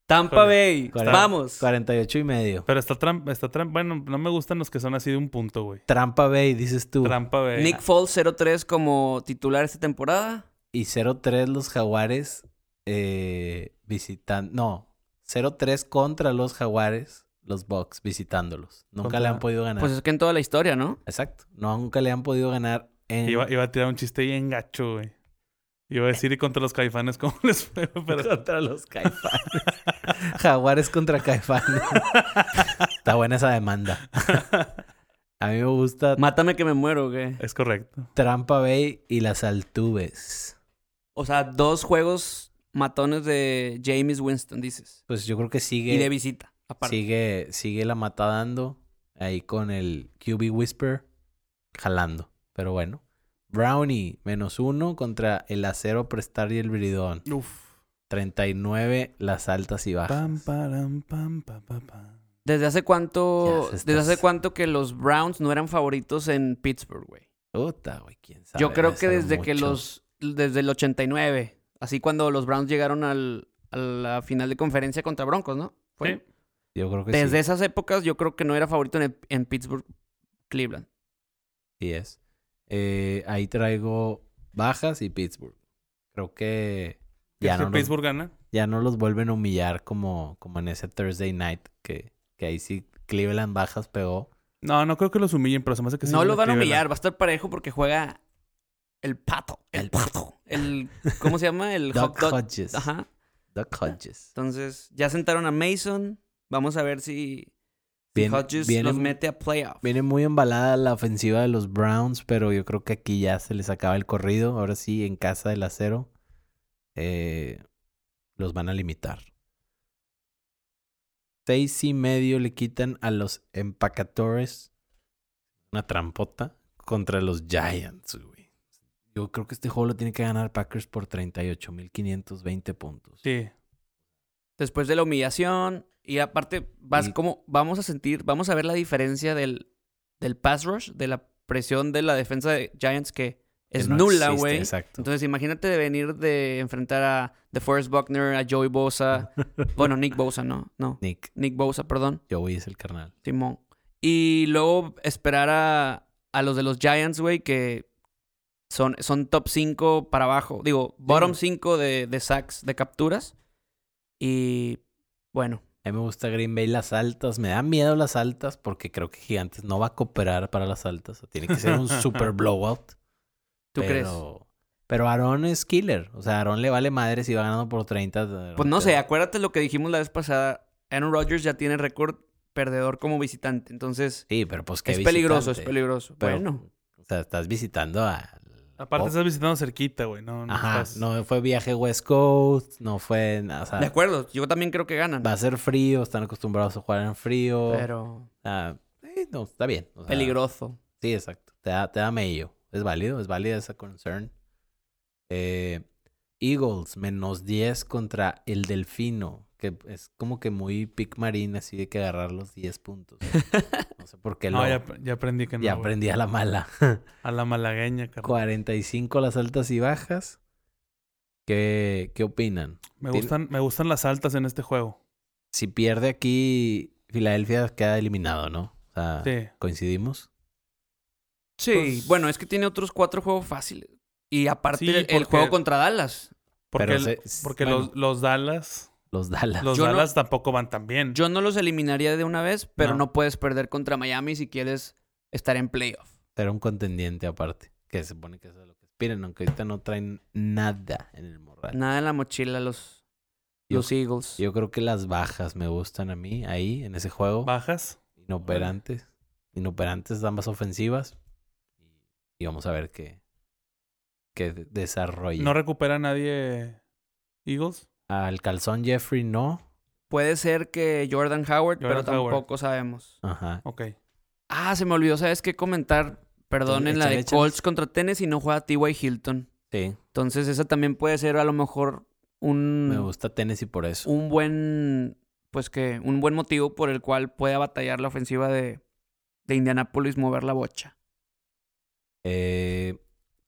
Speaker 2: Tampa
Speaker 4: Híjole.
Speaker 2: Bay.
Speaker 1: Cuarenta-
Speaker 2: Vamos.
Speaker 1: 48 y medio.
Speaker 4: Pero está trampa, está tram- Bueno, no me gustan los que son así de un punto, güey.
Speaker 1: Trampa Bay, dices tú.
Speaker 4: Trampa, güey.
Speaker 2: Nick Foles 0-3 como titular esta temporada.
Speaker 1: Y 0-3 los Jaguares eh, visitan... No, 0-3 contra los Jaguares, los Bucks visitándolos. Nunca
Speaker 4: Contra-
Speaker 1: le han podido ganar.
Speaker 2: Pues es que en toda la historia, ¿no?
Speaker 1: Exacto. No, nunca le han podido ganar en...
Speaker 4: Ah, Iba, iba a tirar un chiste bien gacho, güey. Iba a decir y contra los caifanes (laughs) cómo
Speaker 1: (laughs)
Speaker 4: les fue, güey, pero...
Speaker 1: Contra los Caifanes. (laughs) Jaguares contra Caifanes. (laughs) Está buena esa demanda. A mí me gusta
Speaker 2: Mátame que me muero, ¿qué?
Speaker 4: Es correcto.
Speaker 1: Trampa Bay y las Altubes.
Speaker 2: O sea, dos juegos matones de James Winston, dices.
Speaker 1: Pues yo creo que
Speaker 2: Y de
Speaker 1: sigue,
Speaker 2: visita, aparte.
Speaker 1: sigue, sigue la mata dando ahí con el QB Whisper jalando. Pero bueno. Brownie, menos uno contra el acero prestar y el bridón.
Speaker 4: Uf.
Speaker 1: 39 las altas y bajas.
Speaker 4: Pam, param, pam, pa, pa, pa.
Speaker 2: ¿Desde hace
Speaker 1: Ya,
Speaker 2: cuánto,
Speaker 1: se
Speaker 2: desde
Speaker 1: estás-
Speaker 2: hace cuánto que los Browns no eran favoritos en Pittsburgh, güey?
Speaker 1: Puta, güey, quién sabe.
Speaker 2: Yo creo
Speaker 1: debe
Speaker 2: que
Speaker 1: ser
Speaker 2: desde que
Speaker 1: mucho.
Speaker 2: los, desde el 89, así cuando los Browns llegaron al, a la final de conferencia contra Broncos, ¿no? Fue.
Speaker 4: Sí.
Speaker 1: Yo creo que
Speaker 2: Desde
Speaker 1: Pues sí.
Speaker 2: esas épocas yo creo que no era favorito en, el- en Pittsburgh, Cleveland.
Speaker 1: Sí es. Eh, ahí traigo bajas y Pittsburgh. Creo que ya
Speaker 4: ¿Crees
Speaker 1: no,
Speaker 4: que
Speaker 1: los-
Speaker 4: Pittsburgh gana?
Speaker 1: ya no los vuelven a humillar como, como en ese Thursday night que, que ahí sí Cleveland bajas pegó.
Speaker 4: No, no creo que los humillen, pero se me hace que sí
Speaker 2: no
Speaker 4: gana
Speaker 2: lo van a
Speaker 4: Cleveland.
Speaker 2: humillar, va a estar parejo porque juega el pato, el,
Speaker 1: El-
Speaker 2: pato, el ¿cómo se llama? El hot
Speaker 1: Doc
Speaker 2: dog.
Speaker 1: Hodges.
Speaker 2: Ajá.
Speaker 1: Doc Hodges.
Speaker 2: Entonces, ya sentaron a Mason, vamos a ver si, si
Speaker 1: Bien-
Speaker 2: Hodges
Speaker 1: viene-
Speaker 2: los mete a playoff.
Speaker 1: Viene muy embalada la ofensiva de los Browns, pero yo creo que aquí ya se les acaba el corrido. Ahora sí, en casa del acero, eh, los van a limitar. Seis y medio le quitan a los empacadores. Una trampota contra los Giants, güey. Yo creo que este juego lo tiene que ganar Packers por 38.520 puntos.
Speaker 4: Sí.
Speaker 2: Después de la humillación. Y aparte, vas
Speaker 1: Y-
Speaker 2: como, vamos a sentir, vamos a ver la diferencia del, del pass rush, de la presión de la defensa de Giants que
Speaker 1: Que
Speaker 2: es
Speaker 1: no
Speaker 2: nula,
Speaker 1: existe,
Speaker 2: güey.
Speaker 1: Exacto.
Speaker 2: Entonces, imagínate de venir de enfrentar a The Forest Buckner, a
Speaker 1: (laughs)
Speaker 2: Joey Bosa. bueno, Nick Bosa, no, no.
Speaker 1: Nick,
Speaker 2: Nick Bosa, perdón.
Speaker 1: Joey es el carnal.
Speaker 2: Simón. Y luego esperar a, a los de los Giants, güey, que son, son top 5 para abajo. Digo, bottom 5 de, de sacks, de capturas. Y bueno,
Speaker 1: A mí me gusta Green Bay las altas. Me da miedo las altas porque creo que Gigantes no va a cooperar para las altas. Tiene que
Speaker 2: (laughs)
Speaker 1: ser un super blowout.
Speaker 2: ¿tú crees?
Speaker 1: Pero- Pero Aaron es killer. O sea, Aaron le vale madre si va ganando por 30.
Speaker 2: Pues no sé, acuérdate lo que dijimos la vez pasada. Aaron Rodgers ya tiene récord perdedor como visitante. Entonces,
Speaker 1: Sí, pero pues que
Speaker 2: es peligroso, es peligroso. bueno,
Speaker 1: O sea, estás visitando a...
Speaker 4: Aparte
Speaker 1: Oh,
Speaker 4: estás visitando cerquita, güey. No, no
Speaker 1: Ajá,
Speaker 4: estás-
Speaker 1: no fue viaje West Coast, no fue... nada, O sea,
Speaker 2: de acuerdo, yo también creo que ganan.
Speaker 1: va a ser frío, están acostumbrados a jugar en frío.
Speaker 2: Pero
Speaker 1: o sea, eh, no, está bien. o sea,
Speaker 2: peligroso.
Speaker 1: Sí, exacto. Te da, te da mello. Es válido, es válida esa concern. Eh, Eagles, menos 10 contra el Delfino. Que es como que muy pick marine, así de que agarrar los 10
Speaker 4: (laughs)
Speaker 1: puntos. No sé por qué lo.
Speaker 4: No, ya,
Speaker 1: ya
Speaker 4: ya aprendí que no. güey.
Speaker 1: aprendí a la
Speaker 4: (laughs)
Speaker 1: mala.
Speaker 4: A la malagueña, carnal.
Speaker 1: 45 las altas y bajas. ¿Qué, qué opinan?
Speaker 4: Me
Speaker 1: Tiene-
Speaker 4: gustan, me gustan las altas en este juego.
Speaker 1: Si pierde aquí, Filadelfia queda eliminado, ¿no? O sea,
Speaker 4: Sí.
Speaker 1: coincidimos.
Speaker 2: Sí,
Speaker 4: Pues-
Speaker 2: bueno, es que tiene otros cuatro juegos fáciles. Y aparte
Speaker 4: Sí,
Speaker 2: el- el
Speaker 4: porque-
Speaker 2: juego contra Dallas.
Speaker 4: Porque,
Speaker 1: Pero
Speaker 4: el-
Speaker 1: se-
Speaker 4: porque
Speaker 1: bueno.
Speaker 4: los, los Dallas,
Speaker 1: Los
Speaker 4: (laughs)
Speaker 1: Dallas.
Speaker 4: los
Speaker 2: Yo no-
Speaker 4: Dallas tampoco van tan bien.
Speaker 2: Yo no los eliminaría de una vez, pero no,
Speaker 4: No.
Speaker 2: puedes perder contra Miami si quieres estar en playoff.
Speaker 1: Era un contendiente aparte, que se supone que eso es lo que aspiran, aunque ahorita no traen nada en el morral.
Speaker 2: Nada en la mochila los,
Speaker 1: Yo-
Speaker 2: los Eagles.
Speaker 1: Yo creo que las bajas me gustan a mí ahí, en ese juego.
Speaker 4: Bajas.
Speaker 1: Inoperantes. Inoperantes ambas ofensivas. Y vamos a ver qué, qué de- desarrolla.
Speaker 4: No recupera nadie Eagles.
Speaker 1: Al calzón Jeffrey no.
Speaker 2: Puede ser que Jordan Howard, pero
Speaker 4: Jordan Howard.
Speaker 2: tampoco sabemos.
Speaker 1: Ajá.
Speaker 4: Ok.
Speaker 2: Ah, se me olvidó, ¿sabes qué comentar? Perdón,
Speaker 1: Échale,
Speaker 2: en la de
Speaker 1: échale.
Speaker 2: Colts contra Tennessee no juega T.Y. Hilton.
Speaker 1: Sí.
Speaker 2: Entonces esa también puede ser a lo mejor un...
Speaker 1: Me gusta Tennessee por eso.
Speaker 2: un buen, pues que, un buen motivo por el cual pueda batallar la ofensiva de, de Indianapolis mover la bocha.
Speaker 1: Eh,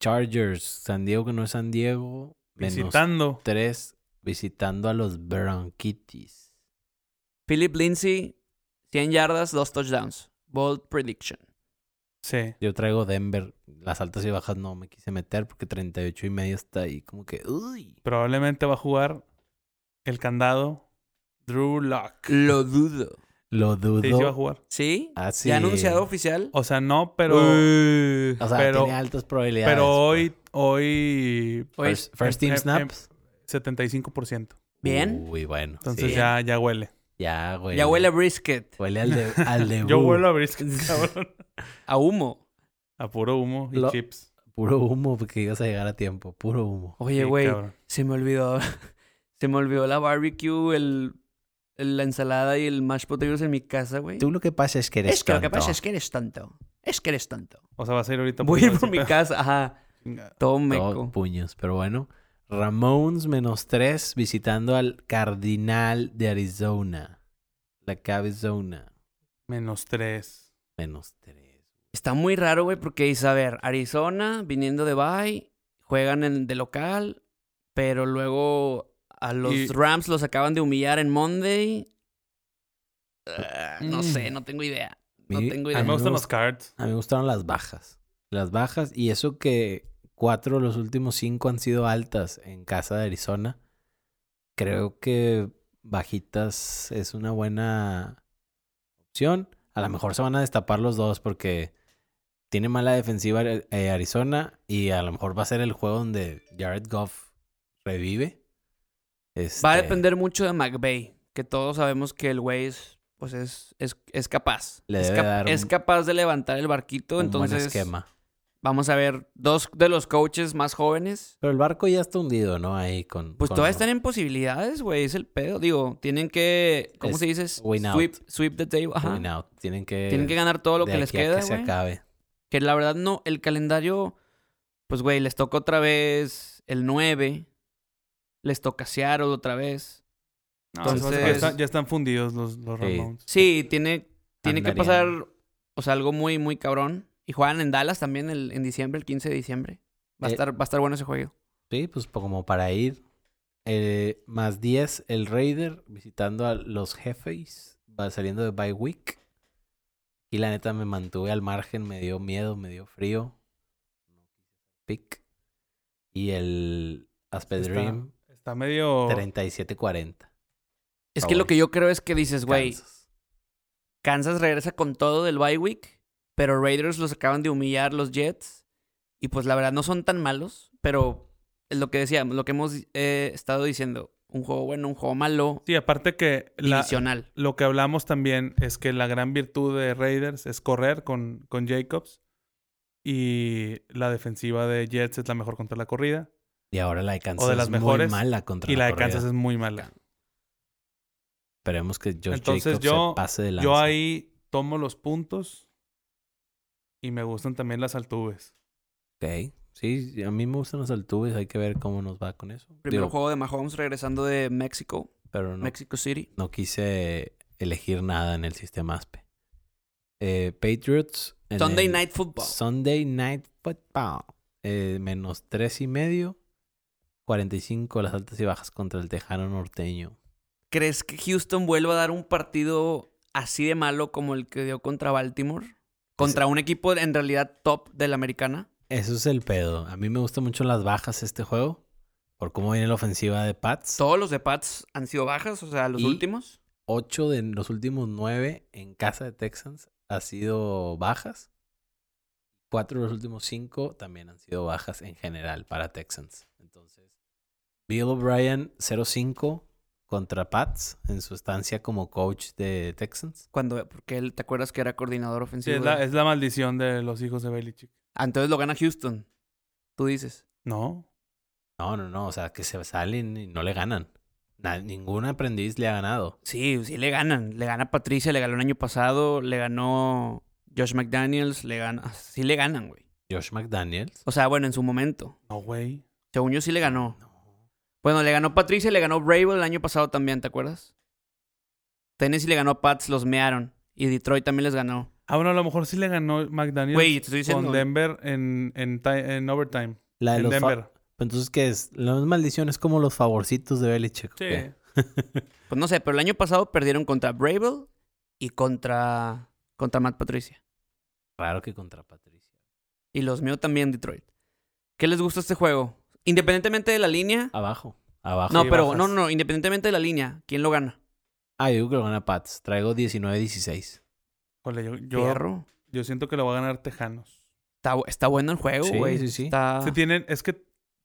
Speaker 1: Chargers. San Diego no es San Diego. Menos
Speaker 4: Visitando.
Speaker 1: tres. Visitando a los Bronquitis.
Speaker 2: Philip Lindsay, 100 yardas, dos touchdowns. Bold prediction.
Speaker 4: Sí.
Speaker 1: Yo traigo Denver. Las altas y bajas no me quise meter porque 38 y medio está ahí como que... Uy.
Speaker 4: Probablemente va a jugar el candado Drew Lock.
Speaker 2: Lo dudo.
Speaker 1: Lo
Speaker 4: Sí, sí va a
Speaker 1: dudo. Ah,
Speaker 4: jugar.
Speaker 2: ¿Sí?
Speaker 1: Así.
Speaker 2: ¿Ya anunciado oficial?
Speaker 4: O sea, no, pero.
Speaker 2: Eh,
Speaker 1: O sea,
Speaker 4: pero-
Speaker 1: tiene altas probabilidades.
Speaker 4: pero
Speaker 1: pues.
Speaker 4: hoy, hoy
Speaker 2: oye,
Speaker 1: First, first team
Speaker 4: em-
Speaker 1: snaps.
Speaker 4: 75%.
Speaker 2: Bien.
Speaker 1: Uy, bueno.
Speaker 4: Entonces
Speaker 1: sí.
Speaker 4: ya, ya huele.
Speaker 1: Ya huele.
Speaker 2: ya huele a brisket,
Speaker 1: Huele al (laughs) de... Al de
Speaker 4: Yo
Speaker 1: bu-
Speaker 4: huelo a (laughs) brisket, cabrón.
Speaker 2: a humo.
Speaker 4: Uh. A puro humo y
Speaker 1: Lo-
Speaker 4: chips.
Speaker 1: Puro humo porque ibas a llegar a tiempo. Puro humo.
Speaker 2: Oye,
Speaker 4: Sí,
Speaker 2: güey,
Speaker 4: cabrón.
Speaker 2: se me olvidó. (laughs) se me olvidó la barbecue, el, el- la ensalada y el mashed potatoes en mi casa, güey.
Speaker 1: Tú lo que pasa es que eres
Speaker 2: Es que lo que
Speaker 1: tonto.
Speaker 2: pasa es que eres tonto. Es que eres tonto.
Speaker 4: O sea, vas a ir ahorita
Speaker 2: Voy a ir por
Speaker 4: todo
Speaker 2: mi
Speaker 4: ese
Speaker 2: casa, ajá.
Speaker 4: pedo.
Speaker 2: Todo
Speaker 1: Todo
Speaker 2: meco.
Speaker 1: puños, pero bueno. Ramones menos tres visitando al Cardinal de Arizona. La Cabezona.
Speaker 4: Menos tres.
Speaker 1: Menos tres.
Speaker 2: Está muy raro, güey, porque dice, a ver, Arizona viniendo de bye, juegan en, de local, pero luego a los
Speaker 4: Y-
Speaker 2: Rams los acaban de humillar en Monday. Ah, no
Speaker 4: Mm.
Speaker 2: sé, no tengo idea. No
Speaker 1: Mi-
Speaker 2: tengo
Speaker 4: A
Speaker 2: idea.
Speaker 4: mí me gustan los
Speaker 1: gust-
Speaker 4: cards.
Speaker 1: A mí me gustaron las bajas. Las bajas y eso que cuatro de los últimos cinco han sido altas en casa de Arizona. Creo que bajitas es una buena opción. A lo mejor se van a destapar los dos porque tiene mala defensiva eh, Arizona y a lo mejor va a ser el juego donde Jared Goff revive.
Speaker 2: Va a
Speaker 1: Este,
Speaker 2: depender mucho de McVay, que todos sabemos que el güey es, pues es, es, es capaz.
Speaker 1: Le
Speaker 2: es,
Speaker 1: debe dar
Speaker 2: es
Speaker 1: un-
Speaker 2: capaz de levantar el barquito,
Speaker 1: un buen
Speaker 2: entonces
Speaker 1: esquema.
Speaker 2: vamos a ver dos de los coaches más jóvenes
Speaker 1: Pero el barco ya está hundido, ¿no? Ahí con.
Speaker 2: Pues
Speaker 1: con
Speaker 2: todavía
Speaker 1: los-
Speaker 2: están en posibilidades, güey. Es el pedo. Digo, tienen que. ¿Cómo
Speaker 1: Es
Speaker 2: se dice?
Speaker 1: win out.
Speaker 2: Sweep, sweep the table. Ajá.
Speaker 1: Win out. Tienen que.
Speaker 2: Tienen que ganar todo lo
Speaker 1: de
Speaker 2: que les
Speaker 1: aquí a
Speaker 2: queda,
Speaker 1: que se
Speaker 2: güey.
Speaker 1: acabe.
Speaker 2: Que la verdad no. El calendario Pues, güey, les toca otra vez el 9. Les toca Seattle otra vez.
Speaker 4: No, se me hace que ya,
Speaker 2: Entonces-
Speaker 4: están, ya están fundidos los, los
Speaker 1: Sí.
Speaker 4: Ramones.
Speaker 2: Sí, tiene, tiene que
Speaker 1: Andarían.
Speaker 2: pasar, o sea, algo muy, muy cabrón. Y juegan en Dallas también el- en diciembre, el 15 de diciembre. Va a,
Speaker 1: Eh.
Speaker 2: estar, va a estar bueno ese juego.
Speaker 1: Sí, pues po- como para ir. Eh, más 10 el Raider visitando a los jefes. Va saliendo de bye week. Y la neta me mantuve al margen, me dio miedo, me dio frío. Pick. Y el Aspedream
Speaker 4: Está medio.
Speaker 1: 37-40.
Speaker 2: Es
Speaker 1: Ah,
Speaker 2: que lo
Speaker 1: güey.
Speaker 2: que yo creo es que dices, güey,
Speaker 1: Kansas.
Speaker 2: Kansas regresa con todo del bye week, pero Raiders los acaban de humillar los Jets. Y pues la verdad no son tan malos, pero es lo que decíamos, lo que hemos eh, estado diciendo. Un juego bueno, un juego malo,
Speaker 4: Sí, aparte que la-
Speaker 2: divisional.
Speaker 4: lo que hablamos también es que la gran virtud de Raiders es correr con, con Jacobs. Y la defensiva de Jets es la mejor contra la corrida.
Speaker 1: Y ahora la de Kansas
Speaker 4: las
Speaker 1: es muy
Speaker 4: mejores,
Speaker 1: mala contra
Speaker 4: y la de
Speaker 1: corrida.
Speaker 4: Kansas es muy mala.
Speaker 1: Esperemos que Josh
Speaker 4: Entonces
Speaker 1: Jacobs
Speaker 4: yo-
Speaker 1: se pase de lanza.
Speaker 4: Yo ahí tomo los puntos. Y me gustan también las altubes.
Speaker 1: Ok. Sí, a mí me gustan los altubes. Hay que ver cómo nos va con eso.
Speaker 2: Primer
Speaker 1: Digo,
Speaker 2: juego de Mahomes regresando de México,
Speaker 1: Pero no
Speaker 2: Mexico City.
Speaker 1: no quise elegir nada en el sistema ASPE. Eh, Patriots. en
Speaker 2: Sunday
Speaker 1: el
Speaker 2: Night Football.
Speaker 1: Sunday Night Football. Eh, menos tres y medio. 45 las altas y bajas contra el Tejano Norteño.
Speaker 2: ¿Crees que Houston vuelva a dar un partido así de malo como el que dio contra Baltimore? Contra un equipo en realidad top de la americana.
Speaker 1: Eso es el pedo. A mí me gustan mucho las bajas este juego. Por cómo viene la ofensiva de Pats.
Speaker 2: Todos los de Pats han sido bajas, o sea, los
Speaker 1: Y-
Speaker 2: últimos.
Speaker 1: Ocho de los últimos nueve en casa de Texans ha sido bajas. Cuatro de los últimos cinco también han sido bajas en general para Texans. Entonces, Bill O'Brien 0-5 contra Pats en su estancia como coach de Texans.
Speaker 2: Cuando, porque él, ¿te acuerdas que era coordinador
Speaker 4: Sí,
Speaker 2: ofensivo?
Speaker 4: es, la,
Speaker 2: de-
Speaker 4: es la maldición de los hijos de Belichick.
Speaker 2: Ah, Entonces lo gana Houston. Tú dices.
Speaker 4: No.
Speaker 1: No, no, no. O sea, que se salen y no le ganan. Na- ningún aprendiz le ha ganado.
Speaker 2: Sí, sí le ganan. Le gana Patricia, le ganó el año pasado, le ganó Josh McDaniels, le gana. ah, Sí le ganan, güey.
Speaker 1: Josh McDaniels.
Speaker 2: O sea, bueno, en su momento.
Speaker 4: No, güey.
Speaker 2: Según yo sí le ganó.
Speaker 1: No.
Speaker 2: Bueno, le ganó Patricia y le ganó Brable el año pasado también, ¿te acuerdas? Tennessee le ganó a Pats, los mearon. Y Detroit también les ganó.
Speaker 4: Ah, bueno, a lo mejor sí le ganó McDaniel
Speaker 2: Güey, te estoy diciendo.
Speaker 4: con Denver en, en, ti- en overtime.
Speaker 1: La de
Speaker 4: en
Speaker 1: los fa-
Speaker 4: Denver.
Speaker 1: Entonces, ¿qué es? La misma maldición es como los favorcitos de Belichick. ¿o
Speaker 4: Sí.
Speaker 1: qué?
Speaker 2: (laughs) Pues no sé, pero el año pasado perdieron contra Brable y contra, contra Matt Patricia.
Speaker 1: Raro que contra Patricia.
Speaker 2: Y los míos también Detroit. ¿Qué les gusta este juego? Independientemente de la línea.
Speaker 1: Abajo. Abajo.
Speaker 2: no,
Speaker 4: y
Speaker 2: pero
Speaker 4: bajas.
Speaker 2: no, no, no, independientemente de la línea, ¿quién lo gana?
Speaker 1: Ah, yo creo que lo gana Pats. Traigo 19-16.
Speaker 4: Híjole, yo, yo,
Speaker 2: Fierro.
Speaker 4: yo siento que lo va a ganar Tejanos.
Speaker 2: Está, bu- está bueno el juego,
Speaker 1: Sí,
Speaker 2: güey.
Speaker 1: sí, sí.
Speaker 2: Está-
Speaker 4: Se tienen, es que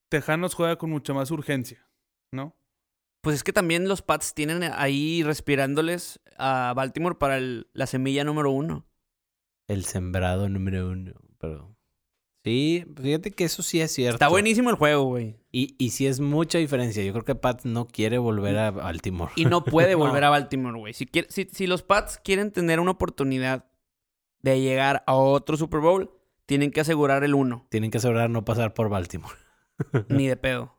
Speaker 4: Tejanos juega con mucha más urgencia, ¿no?
Speaker 2: Pues es que también los Pats tienen ahí respirándoles a Baltimore para el- la semilla número uno.
Speaker 1: El sembrado número uno. Pero. Sí, fíjate que eso sí es cierto.
Speaker 2: Está buenísimo el juego, güey.
Speaker 1: Y, y sí es mucha diferencia. Yo creo que Pats no quiere volver a Baltimore.
Speaker 2: Y
Speaker 4: (laughs)
Speaker 2: no puede
Speaker 4: No.
Speaker 2: volver a Baltimore, güey. Si, quiere- si, si los Pats quieren tener una oportunidad de llegar a otro Super Bowl, tienen que asegurar el uno.
Speaker 1: Tienen que asegurar no pasar por Baltimore. Ah.
Speaker 2: Ni de pedo.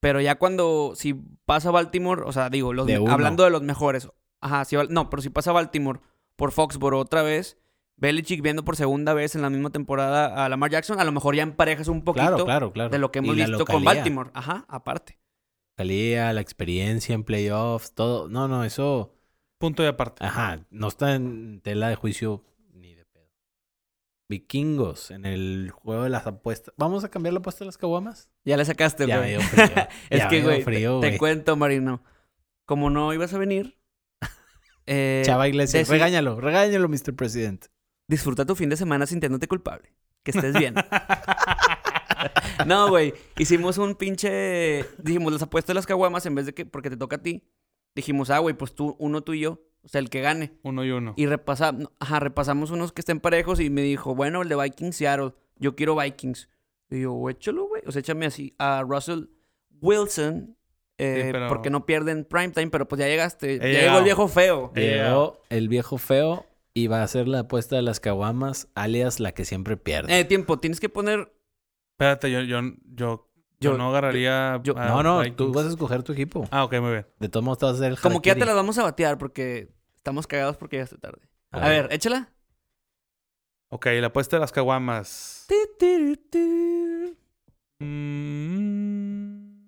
Speaker 2: Pero ya cuando, si pasa Baltimore, o sea, digo, los
Speaker 1: De
Speaker 2: me-
Speaker 1: uno.
Speaker 2: hablando de los mejores. Ajá, si, Bal- no, pero si pasa Baltimore por Foxboro otra vez, Belichick viendo por segunda vez en la misma temporada a Lamar Jackson, a lo mejor ya emparejas un poquito
Speaker 1: Claro, claro, claro.
Speaker 2: de lo que hemos
Speaker 1: Y la
Speaker 2: visto con
Speaker 1: localía.
Speaker 2: Baltimore. Ajá, aparte.
Speaker 1: La localía, la experiencia en playoffs, todo. No, no, eso.
Speaker 4: Punto de aparte.
Speaker 1: Ajá, no está en tela de juicio ni de pedo. Vikingos en el juego de las apuestas. ¿Vamos a cambiar la apuesta de las caguamas?
Speaker 2: Ya le sacaste,
Speaker 1: Ya
Speaker 2: güey.
Speaker 1: me dio frío.
Speaker 2: (laughs) Es
Speaker 1: Ya
Speaker 2: que,
Speaker 1: me dio
Speaker 2: güey, te-
Speaker 1: frío,
Speaker 2: te,
Speaker 1: güey.
Speaker 2: cuento, Marino. Como no ibas
Speaker 1: (laughs)
Speaker 2: a venir, eh,
Speaker 1: Chava Iglesias,
Speaker 2: deci-
Speaker 1: regáñalo, regáñalo, Mr. President.
Speaker 2: disfruta tu fin de semana sintiéndote culpable. Que estés
Speaker 4: (laughs)
Speaker 2: bien. no, güey. Hicimos un pinche... Dijimos, las apuestas de las caguamas en vez de que... Porque te toca a ti. Dijimos, ah, güey, pues tú, uno tú y yo. O sea, el que gane.
Speaker 4: Uno y uno.
Speaker 2: Y repasa, ajá, repasamos unos que estén parejos y me dijo, bueno, el de Vikings Seattle, yo quiero Vikings. Y yo, échalo, güey. O sea, échame así a Russell Wilson, eh,
Speaker 4: Sí, pero-
Speaker 2: porque no pierden primetime, pero pues ya llegaste. Ya
Speaker 4: He
Speaker 2: llegó el
Speaker 4: llegado.
Speaker 2: viejo
Speaker 4: (laughs)
Speaker 2: feo.
Speaker 4: He
Speaker 1: Llegó el viejo feo y va a hacer la apuesta de las caguamas, alias la que siempre pierde.
Speaker 2: Eh, tiempo, tienes que poner
Speaker 4: Espérate, yo, yo, yo, yo
Speaker 2: Yo-
Speaker 4: no agarraría.
Speaker 2: yo-
Speaker 4: a
Speaker 1: No, no, tú
Speaker 4: Vikings.
Speaker 1: vas a escoger tu equipo.
Speaker 4: Ah, ok, muy bien.
Speaker 1: De todos modos, te vas a hacer el
Speaker 2: Como que ya te
Speaker 1: harakiri.
Speaker 2: las vamos a batear porque estamos cagados porque ya está tarde.
Speaker 1: A
Speaker 2: A ver, échala.
Speaker 4: Ok, la apuesta de las caguamas.
Speaker 2: Ti, ti, ti, ti.
Speaker 4: Mm.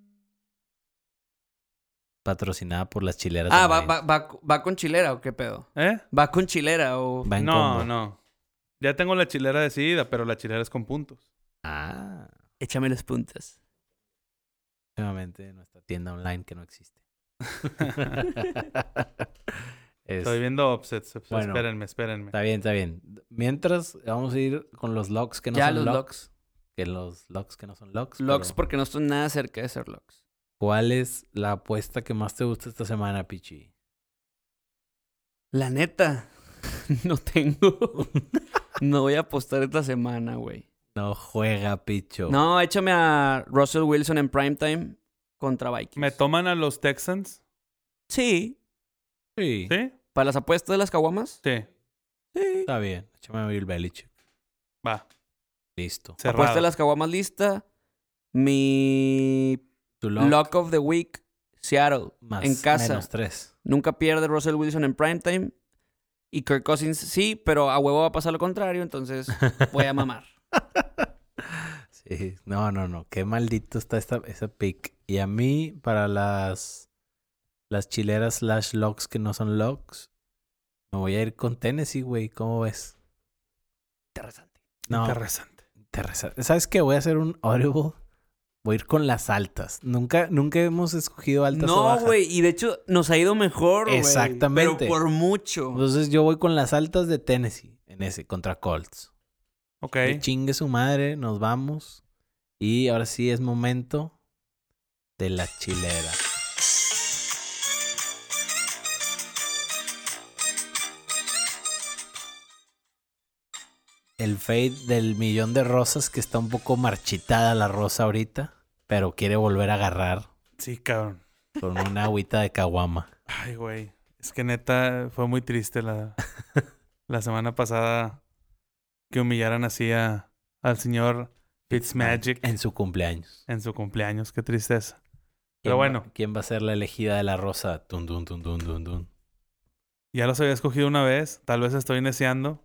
Speaker 1: Patrocinada por las chileras.
Speaker 2: Ah,
Speaker 1: del
Speaker 2: va,
Speaker 1: maíz.
Speaker 2: va, va, va con chilera o qué pedo.
Speaker 4: ¿Eh?
Speaker 2: Va con chilera o.
Speaker 1: Va en
Speaker 4: No,
Speaker 1: combo.
Speaker 4: no. Ya tengo la chilera decidida, pero la chilera es con puntos.
Speaker 1: Ah,
Speaker 2: Échame las puntas.
Speaker 1: últimamente nuestra tienda online que no
Speaker 2: (laughs)
Speaker 1: existe. Es-
Speaker 4: Estoy viendo offsets. offsets.
Speaker 1: Bueno.
Speaker 4: Espérenme, espérenme.
Speaker 1: Está bien, está bien. Mientras, vamos a ir con los locks que no
Speaker 2: ya
Speaker 1: son
Speaker 2: los
Speaker 1: locks.
Speaker 2: locks.
Speaker 1: Que los locks que no son locks.
Speaker 2: Locks
Speaker 1: pero-
Speaker 2: porque no estoy nada cerca de ser locks.
Speaker 1: ¿Cuál es la apuesta que más te gusta esta semana, Pichi?
Speaker 2: La neta, (laughs) no tengo. (laughs) no voy a apostar esta semana, güey.
Speaker 1: No juega, Picho.
Speaker 2: No, échame a Russell Wilson en primetime contra Vikings.
Speaker 4: ¿Me toman a los Texans?
Speaker 2: Sí.
Speaker 1: Sí.
Speaker 4: ¿Sí?
Speaker 2: ¿Para las apuestas de las caguamas?
Speaker 4: Sí.
Speaker 2: Sí.
Speaker 1: Está bien. Échame a Bill Belichick.
Speaker 4: Va.
Speaker 1: Listo.
Speaker 2: Apuesta de
Speaker 4: Cerrado.
Speaker 2: las caguamas lista. Mi
Speaker 1: Tu
Speaker 2: lock. of the week, Seattle.
Speaker 1: más
Speaker 2: en casa.
Speaker 1: menos tres.
Speaker 2: Nunca pierde Russell Wilson en primetime. Y Kirk Cousins sí, pero a huevo va a pasar lo contrario, entonces voy a mamar.
Speaker 1: Sí, no, no, no. Qué maldito está esta, esa pick. Y a mí, para las, las chileras slash locks que no son locks, me voy a ir con Tennessee, güey. ¿Cómo ves?
Speaker 2: Interesante.
Speaker 1: No,
Speaker 4: Interesante.
Speaker 1: te reza- ¿Sabes qué? Voy a hacer un audible. Voy a ir con las altas. Nunca, nunca hemos escogido (laughs) altas o
Speaker 2: No,
Speaker 1: bajas.
Speaker 2: güey, y de hecho nos ha ido mejor, güey.
Speaker 1: Exactamente. Pues
Speaker 2: Pero por mucho.
Speaker 1: Entonces yo voy con las altas de Tennessee en ese contra Colts.
Speaker 4: Ok.
Speaker 1: Que chingue su madre, nos vamos. Y ahora sí es momento de la chilera. El fade del millón de rosas que está un poco marchitada la rosa ahorita, pero quiere volver a agarrar
Speaker 4: Sí, cabrón.
Speaker 1: con
Speaker 4: (laughs)
Speaker 1: una agüita de caguama.
Speaker 4: Ay, güey. Es que neta fue muy
Speaker 1: (laughs)
Speaker 4: triste la, la semana pasada que humillaran así a, al señor Fitzmagic
Speaker 1: En su cumpleaños.
Speaker 4: en su cumpleaños. Qué tristeza. Pero
Speaker 1: ¿Quién va-
Speaker 4: bueno.
Speaker 1: ¿Quién va a ser la elegida de la rosa? Tun, tun, tun, tun, tun, tun.
Speaker 4: Ya los había escogido una vez, tal vez estoy neceando,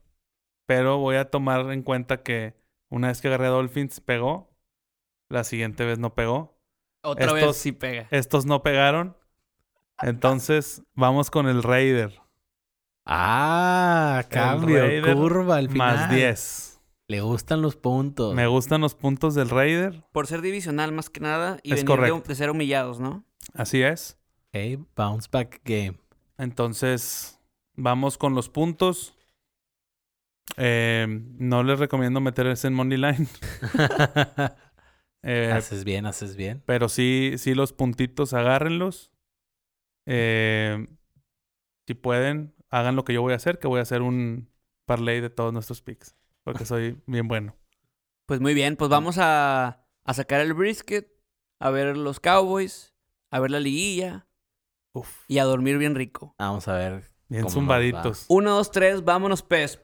Speaker 4: pero voy a tomar en cuenta que una vez que agarré a Dolphins pegó, la siguiente vez no pegó,
Speaker 2: Otra vez
Speaker 4: estos-
Speaker 2: sí pega.
Speaker 4: estos no pegaron, entonces vamos con el Raider,
Speaker 1: Ah, cambio,
Speaker 4: Raider
Speaker 1: curva al final.
Speaker 4: más 10.
Speaker 1: Le gustan los puntos.
Speaker 4: Me gustan los puntos del Raider,
Speaker 2: Por ser divisional más que nada y venir
Speaker 4: Es
Speaker 2: de-
Speaker 4: correcto.
Speaker 2: De, ser humillados, ¿no?
Speaker 4: así es.
Speaker 1: Ok, bounce back
Speaker 4: (laughs)
Speaker 1: game.
Speaker 4: Entonces, vamos con los puntos. Eh, no les recomiendo meterse en Money Line, (laughs) eh,
Speaker 1: haces bien, haces bien.
Speaker 4: Pero sí, sí los puntitos, agárrenlos. Eh, si pueden, hagan lo que yo voy a hacer, que voy a hacer un parlay de todos nuestros picks. Porque soy bien bueno.
Speaker 2: Pues muy bien, pues vamos a, a sacar el brisket, a ver los Cowboys, a ver la liguilla
Speaker 4: Uf.
Speaker 2: y a dormir bien rico.
Speaker 1: Vamos a ver.
Speaker 4: Bien
Speaker 1: ¿Cómo nos
Speaker 4: zumbaditos.
Speaker 2: Uno, dos, tres, vámonos, pez.